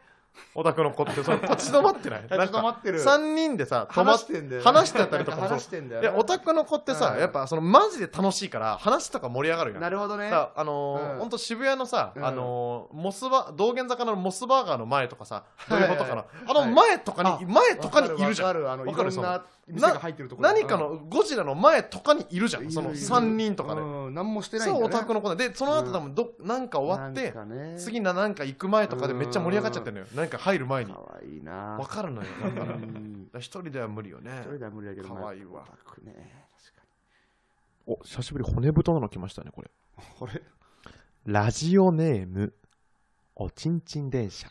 Speaker 4: オタクの子ってそれ立ち止まってない
Speaker 2: 立ち止まってる
Speaker 4: 3人でさ止ま
Speaker 2: 話
Speaker 4: っ
Speaker 2: してんだよね
Speaker 4: 話してたりとかもそう
Speaker 2: 話してんだよ
Speaker 4: い
Speaker 2: ね
Speaker 4: やオタクの子ってさ、
Speaker 2: うん
Speaker 4: やっぱそのマジで楽しいから話とか盛り上がるやん
Speaker 2: なるほどね
Speaker 4: さあのー
Speaker 2: うん
Speaker 4: ほんと渋谷のさ、
Speaker 2: うん
Speaker 4: あのーモスバ道玄坂のモスバーガーの前とかさ
Speaker 2: は
Speaker 4: ど
Speaker 2: いうはいいうはい
Speaker 4: ことかな、あの前とかに、
Speaker 2: あ
Speaker 4: 前とかにいるじゃ
Speaker 2: わ
Speaker 4: ん
Speaker 2: かるあのい
Speaker 4: わかる
Speaker 2: ろんな店が入ってるところ
Speaker 4: 何かのゴジラの前とかにいるじゃ
Speaker 2: うんん
Speaker 4: その
Speaker 2: いるいる
Speaker 4: 3人とかで、
Speaker 2: うん何もしてないん
Speaker 4: そ
Speaker 2: だ
Speaker 4: う
Speaker 2: ね
Speaker 4: オタクの子ででその後多分ど、なんか終わって、
Speaker 2: なんかね
Speaker 4: 次のなんか行く前とかでめっちゃ盛り上がっちゃってるのよなんか入る前に
Speaker 2: かわいいな
Speaker 4: わかるのよだからだ
Speaker 2: う
Speaker 4: か
Speaker 2: ん
Speaker 4: ら一人では無理よね
Speaker 2: それでは無理だけ
Speaker 4: か
Speaker 2: ど
Speaker 4: わいいわ
Speaker 2: まあオタクね
Speaker 1: お、久しぶり骨太なの来ましたね、これ。
Speaker 2: これ
Speaker 1: ラジオネーム、おちんちん電車。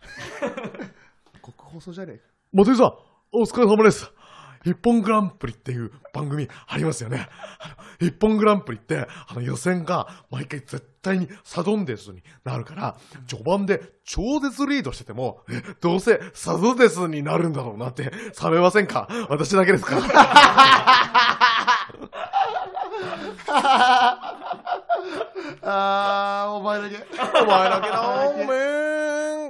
Speaker 2: 国放送じゃねえか
Speaker 4: 松井さん、お疲れ様です。日本グランプリっていう番組ありますよね。あの日本グランプリって、あの予選が毎回絶対にサドンデスになるから、序盤で超絶リードしてても、えどうせサドンデスになるんだろうなって、冷めませんか私だけですか
Speaker 2: あーお前だけ
Speaker 4: お前だけな、ごめ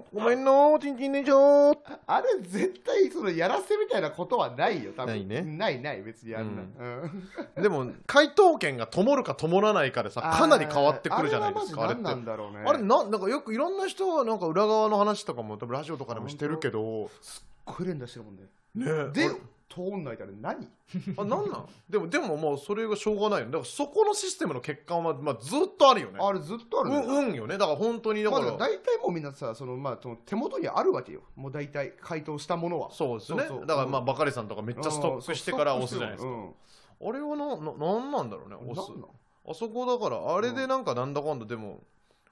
Speaker 4: ん。ごめんな、ちんちんでしょ。
Speaker 2: あれ絶対そのやらせみたいなことはないよ多分
Speaker 4: ないね
Speaker 2: ないない別にあんな、うん
Speaker 4: でも、回答権が灯るか灯らないかでさ、かなり変わってくるじゃないですか、
Speaker 2: あれはマジ何なんだろうね
Speaker 4: あれななんかよくいろんな人はなんか裏側の話とかも多分ラジオとかでもしてるけど
Speaker 2: これ連打してるもんね
Speaker 4: ね
Speaker 2: で
Speaker 4: で
Speaker 2: 通んないってあれ何
Speaker 4: あなんなんでもでももうそれがしょうがないよねだからそこのシステムの欠陥は、まあ、ずっとあるよね
Speaker 2: あれずっとある
Speaker 4: う
Speaker 2: ね
Speaker 4: んうんよねだから本当にだ
Speaker 2: ま
Speaker 4: か
Speaker 2: あ、
Speaker 4: ら、
Speaker 2: 大体もうみんなさその、まあ、その手元にあるわけよもう大体回答したものは
Speaker 4: そうですね
Speaker 2: そうそう
Speaker 4: だからまあバカリさんとかめっちゃストップしてから押すじゃないですか、
Speaker 2: か、
Speaker 4: あれはなななんなんだろうね
Speaker 2: うん、
Speaker 4: 押す
Speaker 2: なんなん
Speaker 4: あそこだからあれでなんかなんだかんだでも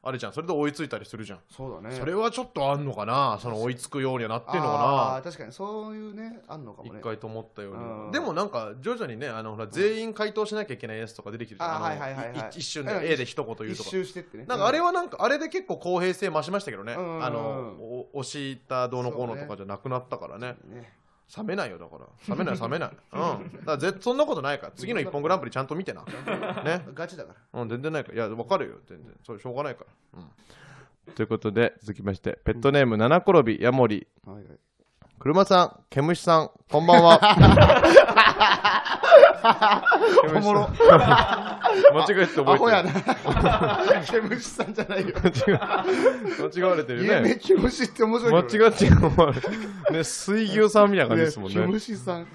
Speaker 4: あれじゃんそれで追いついたりするじゃん、
Speaker 2: そうだね
Speaker 4: それはちょっとあんのかなその追いつくようにはなってんの
Speaker 2: あ
Speaker 4: か
Speaker 2: ー確かにそういうねあんのか
Speaker 4: な
Speaker 2: もね
Speaker 4: 一回と思ったようには
Speaker 2: うん
Speaker 4: でもなんか徐々にねあのほら全員回答しなきゃいけないやつとか出てきてるじゃん
Speaker 2: あー
Speaker 4: あの
Speaker 2: はいはいはいはい
Speaker 4: い一瞬
Speaker 2: うん
Speaker 4: で A で一言言う
Speaker 2: 一
Speaker 4: とか
Speaker 2: 周してってね
Speaker 4: なんかあれ
Speaker 2: は、
Speaker 4: はなんかあれで結構公平性増しましたけどね、
Speaker 2: うん
Speaker 4: あのお押したどうのこうのとかじゃなくなったからね
Speaker 2: うんね
Speaker 4: 冷めないよだから 冷めない冷めない、うん、だからぜそんなことないから次の「一本グランプリ」ちゃんと見てなね、
Speaker 2: ガチだから
Speaker 4: うん、全然ないからいや分かるよ全然それしょうがないから、うん、
Speaker 1: ということで、続きまして、ペットネーム、七転び、ヤモリ。
Speaker 2: はいはい
Speaker 4: 車さん、ケムシさん、こんば んは。
Speaker 2: おもろ
Speaker 1: 間違えて覚
Speaker 2: アホや
Speaker 1: え
Speaker 2: な 毛虫さんじゃないよ
Speaker 1: てる。間違われてる
Speaker 2: 有
Speaker 1: よ
Speaker 2: 名
Speaker 1: ね。
Speaker 2: 毛虫って面
Speaker 1: 間
Speaker 2: 白いけどね
Speaker 1: 違ってる。 ね、水牛さんみたいな感じですもん
Speaker 2: ね毛
Speaker 1: ね。
Speaker 2: 虫さん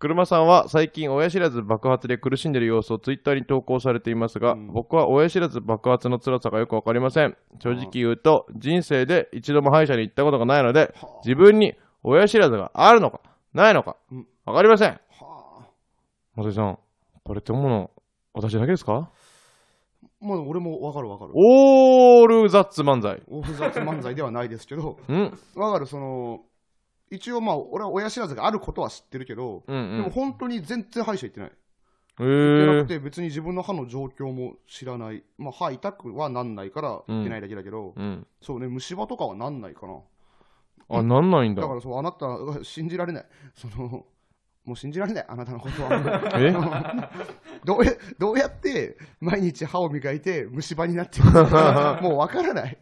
Speaker 1: 車さんは最近親知らず爆発で苦しんでいる様子をツイッターに投稿されていますが、
Speaker 2: うん
Speaker 1: 僕は親知らず爆発の辛さがよくわかりません正直言うと人生で一度も歯医者に行ったことがないので
Speaker 2: は
Speaker 1: 自分に親知らずがあるのかないのか
Speaker 2: うん
Speaker 1: わかりません
Speaker 2: あはあ
Speaker 1: 松井さんこれって思うの私だけですか
Speaker 2: まあ俺もわかるわかる
Speaker 1: オールザッツ漫才
Speaker 2: オフザツ漫才ではないですけど
Speaker 1: うん
Speaker 2: わかる、その、一応まあ、俺は親知らずがあることは知ってるけど、
Speaker 1: うんう
Speaker 2: でも
Speaker 1: ん
Speaker 2: 本当に全然歯医者行ってない。
Speaker 1: え
Speaker 2: 行ってなく
Speaker 1: ー
Speaker 2: て、別に自分の歯の状況も知らない。まあ、歯痛くはなんないから、行ってないだけだけど、
Speaker 1: うん、
Speaker 2: そうね、虫歯とかはなんないかな。
Speaker 1: あなんないんだ
Speaker 2: だから、そう、あなた、うん信じられない。その、もう信じられない、あなたのこ とは。
Speaker 1: え
Speaker 2: どうやどうやって毎日歯を磨いて虫歯になってるのかもうわからない。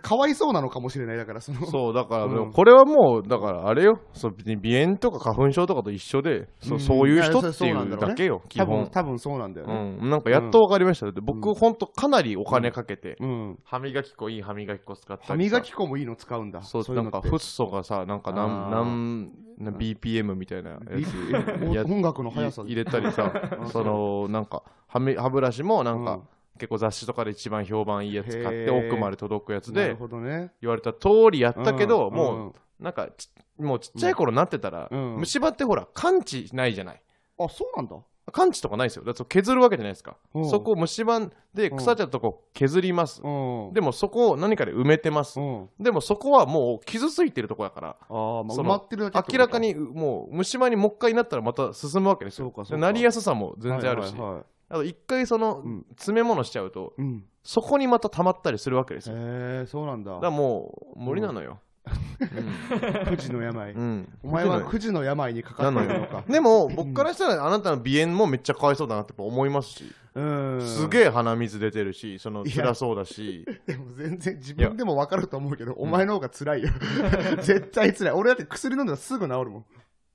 Speaker 2: かわいそうなのかもしれない、だから、その、
Speaker 1: そうだから、
Speaker 2: うん
Speaker 1: でもこれはもうだからあれよそう別に鼻炎とか花粉症とかと一緒で、そう
Speaker 2: うん
Speaker 1: そういう人
Speaker 2: いや
Speaker 1: っ
Speaker 2: そ
Speaker 1: て
Speaker 2: う
Speaker 1: い
Speaker 2: そうなんだ
Speaker 1: う
Speaker 2: ろうね
Speaker 1: だけよ、基
Speaker 2: 多分、
Speaker 1: 本
Speaker 2: 多分そうなんだよね。
Speaker 1: うん、なんかやっと分かりました、だって僕ほんとかなりお金かけて、
Speaker 2: うん
Speaker 1: 歯磨き粉いい歯磨き粉使ったりさ
Speaker 2: 歯磨き粉もいいの使うんだ。
Speaker 1: そう
Speaker 2: い
Speaker 1: な
Speaker 2: うの
Speaker 1: んか
Speaker 2: って
Speaker 1: フッ素がさなんかなん
Speaker 2: あ
Speaker 1: なんな BPM みたいなやつ
Speaker 2: お
Speaker 1: や
Speaker 2: 音楽の速さ
Speaker 1: 入
Speaker 2: で。
Speaker 1: れたり さそのなんか歯み歯ブラシもなんか、
Speaker 2: うん
Speaker 1: 結構雑誌とかで一番評判いいやつ買っ
Speaker 2: へ
Speaker 1: て
Speaker 2: ー
Speaker 1: 奥まで届くやつ
Speaker 2: なる
Speaker 1: で
Speaker 2: ほどね。
Speaker 1: 言われた通りやったけど、もう、なんかちもうちっちゃい頃なってたら、
Speaker 2: うん
Speaker 1: 虫歯ってほら感知ないじゃない
Speaker 2: うん。あ、そうなんだ。
Speaker 1: 感知とかないですよだって削るわけじゃないですか、
Speaker 2: うん
Speaker 1: そこを虫歯で腐っちゃったとこ削ります、
Speaker 2: うん。
Speaker 1: でもそこを何かで埋めてます、
Speaker 2: うん。
Speaker 1: でもそこはもう傷ついてるとこやから
Speaker 2: ああ、まあ、
Speaker 1: その
Speaker 2: 埋まってるだけってこと
Speaker 1: 明らか。にもう虫歯にもう一回なったらまた進むわけです
Speaker 2: そ
Speaker 1: よ
Speaker 2: うか、そ
Speaker 1: で
Speaker 2: うか。
Speaker 1: なりやすさも全然あるし、
Speaker 2: はいはいはい
Speaker 1: あと一回その
Speaker 2: うん
Speaker 1: 詰め物しちゃうと
Speaker 2: うん。
Speaker 1: そこにまた溜まったりするわけですよ
Speaker 2: へえ、そうなんだ
Speaker 1: だか。らもう無理なのよ、
Speaker 2: 不治の病。
Speaker 1: うん。
Speaker 2: お前は不治の病にかか
Speaker 1: な
Speaker 2: っ
Speaker 1: の
Speaker 2: ているの
Speaker 1: よ
Speaker 2: か。。
Speaker 1: でも、僕からしたら、あなたの鼻炎もめっちゃかわいそうだなってやっぱ思いますし、
Speaker 2: うん。
Speaker 1: すげえ鼻水出てるし、その
Speaker 2: いや
Speaker 1: 辛そうだ し、
Speaker 2: でも全然自分でも分かると思うけど、お前の方が 辛いよ。絶対辛い。俺だって薬飲んだらすぐ治るもん。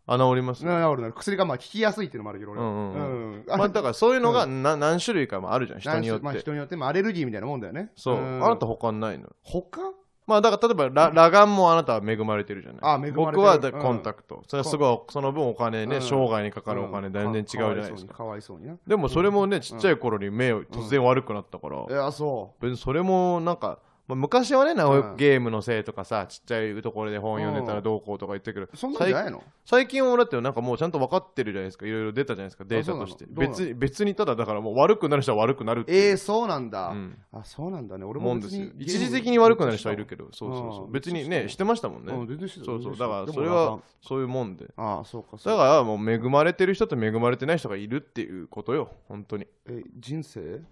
Speaker 1: 穴折ります
Speaker 2: 治
Speaker 1: ね。
Speaker 2: るな。薬がまあ効きやすいっていうのもあるけど、俺は。
Speaker 1: うんうん
Speaker 2: うん
Speaker 1: まあ、だからそういうのがな何種類かもあるじゃん、人によっ
Speaker 2: まあ、
Speaker 1: て。
Speaker 2: 人によって、まあ、アレルギーみたいなもんだよね。
Speaker 1: そう。
Speaker 2: ん
Speaker 1: あなた他にないの
Speaker 2: 他
Speaker 1: まあだから例えばラ裸眼もあなたは恵まれてるじゃない。
Speaker 2: あ恵まれてる
Speaker 1: 僕はだ
Speaker 2: うん
Speaker 1: コンタクト。それはすごいその分お金ね、
Speaker 2: うん
Speaker 1: 生涯にかかるお金全然違うじゃないですか。
Speaker 2: かわいそうに。かわい
Speaker 1: でもそれもね、ちっちゃい頃に目を突然悪くなったから、
Speaker 2: そうにな。いや、そ
Speaker 1: 別にそれもなんか、まあ、昔はね、なんか
Speaker 2: うん
Speaker 1: ゲームのせいとかさ、ちっちゃいところで本読んでた
Speaker 2: う
Speaker 1: ら
Speaker 2: ん
Speaker 1: どうこうとか言ってくる。
Speaker 2: う。そんなんじゃないの
Speaker 1: 最近はだってなんかもうちゃんと分かってるじゃないですか。いろいろ出たじゃないですか、データとして。
Speaker 2: そうなのどうな
Speaker 1: 別
Speaker 2: の
Speaker 1: に、別にただだからもう悪くなる人は悪くなるって
Speaker 2: え
Speaker 1: い
Speaker 2: え、
Speaker 1: う。
Speaker 2: そうなんだ
Speaker 1: う。ん
Speaker 2: あ、そうなんだね。俺
Speaker 1: も
Speaker 2: も
Speaker 1: ん
Speaker 2: 別
Speaker 1: です
Speaker 2: に
Speaker 1: よ。一時的に悪くなる人はいるけど、そうそうそうう。
Speaker 2: ん
Speaker 1: 別にね、してましたもんね。
Speaker 2: うん、全然してた
Speaker 1: そうそう
Speaker 2: 全然してた
Speaker 1: だから
Speaker 2: でも
Speaker 1: それはそういうもんで。
Speaker 2: ああ、そうか。そう
Speaker 1: だからもう恵まれてる人と恵まれてない人がいるっていうことよ、本当に。
Speaker 2: え、人生
Speaker 1: うん、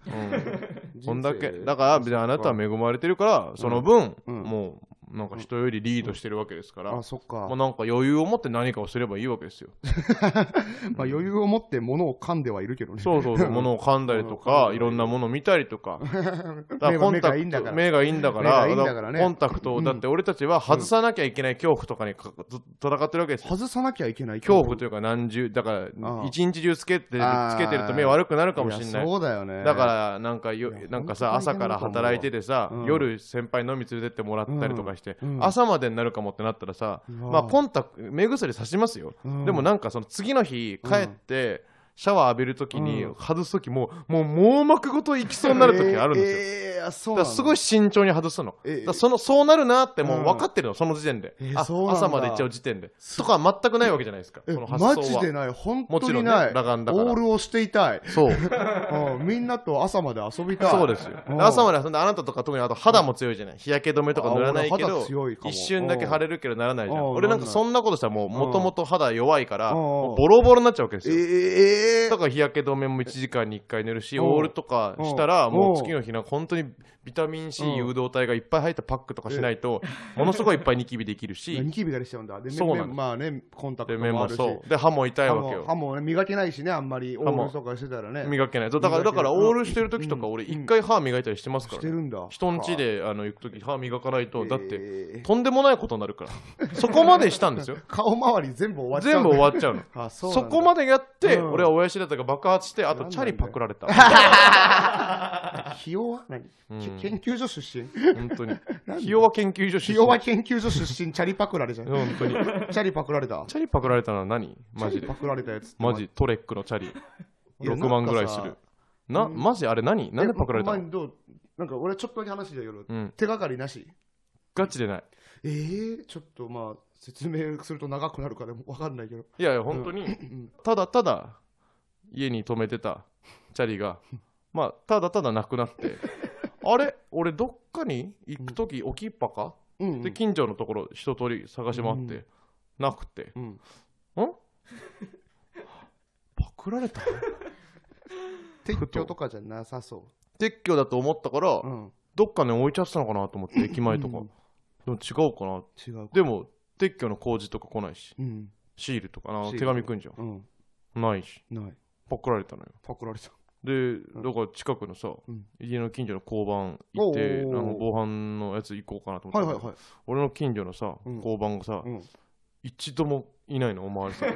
Speaker 2: 人生
Speaker 1: こんだけ。だから、別にあなたは恵まれてるから、その分、
Speaker 2: うん
Speaker 1: もう、なんか人よりリードしてるわけですから、
Speaker 2: あ、そっか
Speaker 1: もう。なんか余裕を持って何かをすればいいわけですよ。
Speaker 2: まあ余裕を持って物を噛んではいるけどね。
Speaker 1: そうそうそう、物を噛んだりとか、いろんなものを見たりと か。だからコンタ
Speaker 2: 目がいいん
Speaker 1: ク
Speaker 2: だ
Speaker 1: ト
Speaker 2: から
Speaker 1: 目がいいんだから、
Speaker 2: 目がいいんだからね
Speaker 1: コンタクトを、だって俺たちは外さなきゃいけない恐怖とかにかずっと戦ってるわけですよ
Speaker 2: 外さなきゃいけない
Speaker 1: 恐怖というか何重だか
Speaker 2: あ
Speaker 1: ら
Speaker 2: あ
Speaker 1: 一日中つけてる
Speaker 2: ああ
Speaker 1: つけてると目悪くなるかもしれ
Speaker 2: や
Speaker 1: ない
Speaker 2: そうだよね。
Speaker 1: だからなんかよ
Speaker 2: いや
Speaker 1: なんか
Speaker 2: 本
Speaker 1: さ
Speaker 2: 当大変
Speaker 1: 朝から働いててさ、
Speaker 2: うん
Speaker 1: 夜先輩飲み連れてってもらったりとかして、
Speaker 2: うんうん
Speaker 1: 朝までになるかもってなったらさ、
Speaker 2: うわ、
Speaker 1: まあコンタク目薬さしますよ、
Speaker 2: うん
Speaker 1: でもなんかその次の日帰って、シャワー浴びるときに
Speaker 2: うん
Speaker 1: 外すときもう、もう網膜ごといきそうになるときあるんですよ。
Speaker 2: ええあそう
Speaker 1: だか
Speaker 2: なん
Speaker 1: ら
Speaker 2: だ
Speaker 1: すごい慎重に外すの。
Speaker 2: え
Speaker 1: だか
Speaker 2: え
Speaker 1: らそのそうなるなってもう
Speaker 2: うん
Speaker 1: 分かってるの、その時点で、
Speaker 2: ええ
Speaker 1: あ
Speaker 2: そうなんだ
Speaker 1: 朝まで行っちゃう時点で。とかは全くないわけじゃないですか、
Speaker 2: え
Speaker 1: その発想は。
Speaker 2: マジでない、本
Speaker 1: も
Speaker 2: 当
Speaker 1: ちろ
Speaker 2: に
Speaker 1: んね、
Speaker 2: ない。
Speaker 1: 裸眼だか
Speaker 2: オ
Speaker 1: ら
Speaker 2: ー。ルをしていた い。
Speaker 1: そう。
Speaker 2: うんみんなと朝まで遊びたい。
Speaker 1: そうですよ。
Speaker 2: うん
Speaker 1: 朝まで遊んで、あなたとか特にあと肌も強いじゃない。日焼け止めとか塗らないけ
Speaker 2: あ俺
Speaker 1: ど
Speaker 2: 肌強いか、も
Speaker 1: 一瞬だけ腫れるけどならないじゃ。
Speaker 2: うんん
Speaker 1: 俺なんかそんなことしたらもう、もともと肌弱いから、
Speaker 2: うん
Speaker 1: もうボロボロになっちゃうわけです
Speaker 2: え
Speaker 1: よ。
Speaker 2: え
Speaker 1: だから日焼け止めも1時間に1回塗るし、
Speaker 2: うん
Speaker 1: オールとかしたら、
Speaker 2: うん
Speaker 1: もう次の日なんか本当にビタミン C
Speaker 2: うん
Speaker 1: 誘導体がいっぱい入ったパックとかしないと、ものすごいいっぱいニキビできる
Speaker 2: ニ
Speaker 1: し、
Speaker 2: キビだりしちゃうんだ。で、
Speaker 1: そうな
Speaker 2: 目目
Speaker 1: んです
Speaker 2: まあね、コンタク
Speaker 1: で、
Speaker 2: ト
Speaker 1: 目
Speaker 2: もあ
Speaker 1: も
Speaker 2: るし。
Speaker 1: そう。で、歯も痛い
Speaker 2: 歯
Speaker 1: わけ
Speaker 2: も
Speaker 1: よ。
Speaker 2: 歯もね磨けないしね、あんまりオ
Speaker 1: も
Speaker 2: ールとかしてたらね。
Speaker 1: 磨けないそうだからだ
Speaker 2: 磨け
Speaker 1: か
Speaker 2: ない
Speaker 1: らオールしてる時とか
Speaker 2: うん
Speaker 1: 俺一回歯磨いたりしてますか
Speaker 2: し
Speaker 1: ら
Speaker 2: て
Speaker 1: ね、
Speaker 2: るんだ。
Speaker 1: 人ん家であの行く時歯磨かないと、だって
Speaker 2: ええ
Speaker 1: とんでもないことになるから そこまでしたんですよ
Speaker 2: 顔周り全 部終わっちゃう
Speaker 1: 全
Speaker 2: ん
Speaker 1: 部
Speaker 2: だ。
Speaker 1: 終わっちゃうの
Speaker 2: あ、そ
Speaker 1: そう
Speaker 2: なんだ
Speaker 1: こまでやって、
Speaker 2: うん
Speaker 1: 俺は親知らずが爆発してあと
Speaker 2: なん
Speaker 1: チ
Speaker 2: な
Speaker 1: ャ
Speaker 2: んだ
Speaker 1: リ
Speaker 2: よ
Speaker 1: パクられ た、
Speaker 2: ひ弱何、
Speaker 1: うん
Speaker 2: き研究所出身
Speaker 1: 本当にひ弱研究所出
Speaker 2: ひ
Speaker 1: 身
Speaker 2: 弱研究所出身、チャリパクられじゃん。
Speaker 1: 本当に
Speaker 2: チャリパクられた。
Speaker 1: チャリパクられたのは何マジ
Speaker 2: チャリ
Speaker 1: で
Speaker 2: パクられたやつって。
Speaker 1: マジトレックのチャリ
Speaker 2: いや
Speaker 1: 6万ぐらいす
Speaker 2: なん
Speaker 1: る
Speaker 2: か
Speaker 1: な
Speaker 2: うん
Speaker 1: マジあれ何なんでパクられた
Speaker 2: え
Speaker 1: の
Speaker 2: まどうなんか俺ちょっとだけ話してたけど、
Speaker 1: うん
Speaker 2: 手がかりなし。
Speaker 1: ガチでない
Speaker 2: ええちょっとまあ、説明すると長くなるからわかんないけど。
Speaker 1: いやいや本当に、
Speaker 2: ん
Speaker 1: ただただ家に止めてたチャリ がまあただただなくなってあれ俺どっかに行く時置きっぱか、
Speaker 2: うんうん、
Speaker 1: で近所のところ一通り探し回って、
Speaker 2: うん
Speaker 1: なくて
Speaker 2: うん
Speaker 1: んパクられ た
Speaker 2: 撤去とかじゃなさそ
Speaker 1: 撤去だと思ったから、
Speaker 2: う。うん。
Speaker 1: どっかに置いちゃってたのかなと 思って駅前とか、
Speaker 2: うん
Speaker 1: でも違うかな
Speaker 2: 違う。
Speaker 1: でも撤去の工事とか来ないし
Speaker 2: うん。
Speaker 1: シールとかな
Speaker 2: シール
Speaker 1: 手紙くんじゃ
Speaker 2: うん。
Speaker 1: んないし
Speaker 2: ない。
Speaker 1: パクられたのよ
Speaker 2: パクられた。
Speaker 1: で、だから近くのさ、
Speaker 2: うん
Speaker 1: 家の近所の交番行って、
Speaker 2: おー
Speaker 1: なんか防犯のやつ行こうかなと思って、
Speaker 2: はいはいはい。
Speaker 1: 俺の近所のさ、
Speaker 2: うん
Speaker 1: 交番がさ、
Speaker 2: うん
Speaker 1: 一度もいないの、おまわり さん。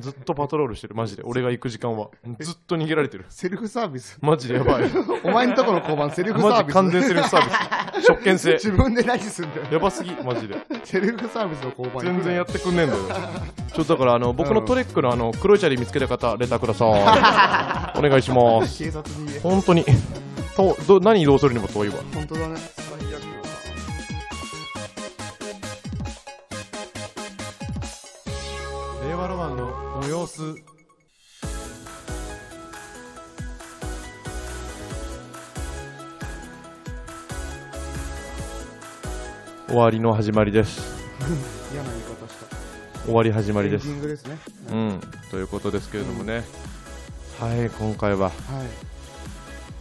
Speaker 1: ずっとパトロールしてる、マジで。俺が行く時間は。ずっと逃げられてる。
Speaker 2: セルフサービス。
Speaker 1: マジでやばい。
Speaker 2: お前んとこの交番セルフサ
Speaker 1: マ
Speaker 2: ー
Speaker 1: ジ
Speaker 2: ビス。
Speaker 1: 完全セルフサービス。職権制。
Speaker 2: 自分で何すんだよ。
Speaker 1: やばすぎ、マジで。
Speaker 2: セルフサービスの交番。
Speaker 1: 全然やっててくんねえん だよ。ちょっとだからあの僕のトレックのあの黒いチャリ見つけた方、レターくだ さい。お願いします。
Speaker 2: 警察に言え。
Speaker 1: 本当に。とど何移動するにも遠いわ。
Speaker 2: 本当だね。最悪だ。
Speaker 1: 令和ロマンの様子終わりの始まりです
Speaker 2: 嫌な言い方した。
Speaker 1: 終わり始まりで
Speaker 2: エン
Speaker 1: す
Speaker 2: ディングですね。
Speaker 1: うんということですけれどもねはい今回は
Speaker 2: はい。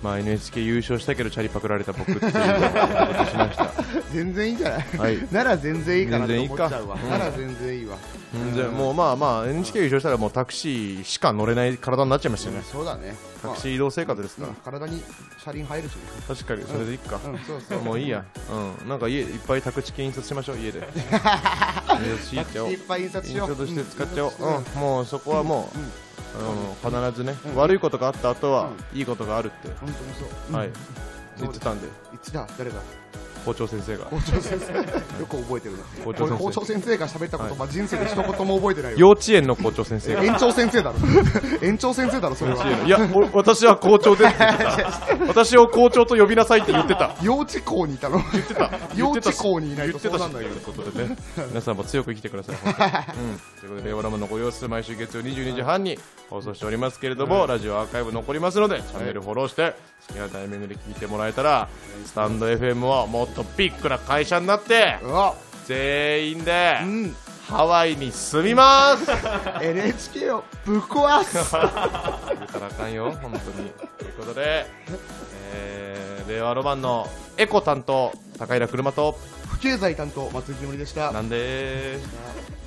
Speaker 1: まあ、NHK 優勝したけどチャリパクられた僕 っていうことしました
Speaker 2: 全然いいんじゃない、
Speaker 1: はい
Speaker 2: なら全然いいかなって
Speaker 1: 全然い
Speaker 2: 思
Speaker 1: い
Speaker 2: っち
Speaker 1: か
Speaker 2: ゃうわ、なら全然いいわ、
Speaker 1: じゃあもうまあまあ NHK 優勝したらもうタクシーしか乗れない体になっちゃいましたよね
Speaker 2: そうだね、
Speaker 1: タクシー移動生活ですか
Speaker 2: まあう
Speaker 1: ら
Speaker 2: ん体に車輪入るしね、
Speaker 1: 確かにそれでいいか
Speaker 2: うん、そうそう、
Speaker 1: もういいやうんなんか家いっぱい宅地金印刷しましょう家 で印刷しちゃおう
Speaker 2: いっぱい印刷し
Speaker 1: 印
Speaker 2: よう、
Speaker 1: 刷して使っちゃおう、
Speaker 2: ん
Speaker 1: うん、もうそこはもう、あの必ずね、悪いことがあった後は、いいことがあるって、
Speaker 2: 本当にそう、
Speaker 1: はい、言ってたんで、
Speaker 2: いつだ、誰が、
Speaker 1: 校長先生が。
Speaker 2: 校長先生、よく覚えてるな、
Speaker 1: 校長先生
Speaker 2: 俺校長先生が喋った言葉、人生で一言も覚えてないよ、
Speaker 1: 幼稚園の校長先生が。
Speaker 2: 園長先生だろ、 園長先生だろ、それは。
Speaker 1: いや、お私は校長ですって言ってた。私を校長と呼びなさいって言ってた。
Speaker 2: 幼稚校にいたの言ってた
Speaker 1: 言
Speaker 2: 幼
Speaker 1: って
Speaker 2: 稚
Speaker 1: たし
Speaker 2: 校にいない
Speaker 1: 言
Speaker 2: と
Speaker 1: って
Speaker 2: そう
Speaker 1: たし
Speaker 2: なん
Speaker 1: と
Speaker 2: だ
Speaker 1: い
Speaker 2: よ
Speaker 1: うことでね、 皆さんも強く生きてください。本 当にうん、ということで、令和ラマのご様子、毎週月曜22時半に放送しておりますけれども、ラジオアーカイブ残りますので、チャンネルフォローして、好きなタイミングで聞いてもらえたら、スタンド FM はもっとビッグな会社になって、
Speaker 2: うわ
Speaker 1: 全員で
Speaker 2: う、ん
Speaker 1: ハワイに住みます
Speaker 2: NHK をぶっ壊 す
Speaker 1: 言うたらあかんよ、本当に。ということで、えー、令和ロマンのエコ担当、高平車と、
Speaker 2: 不経済担当松井きのりでした
Speaker 1: なんでーす。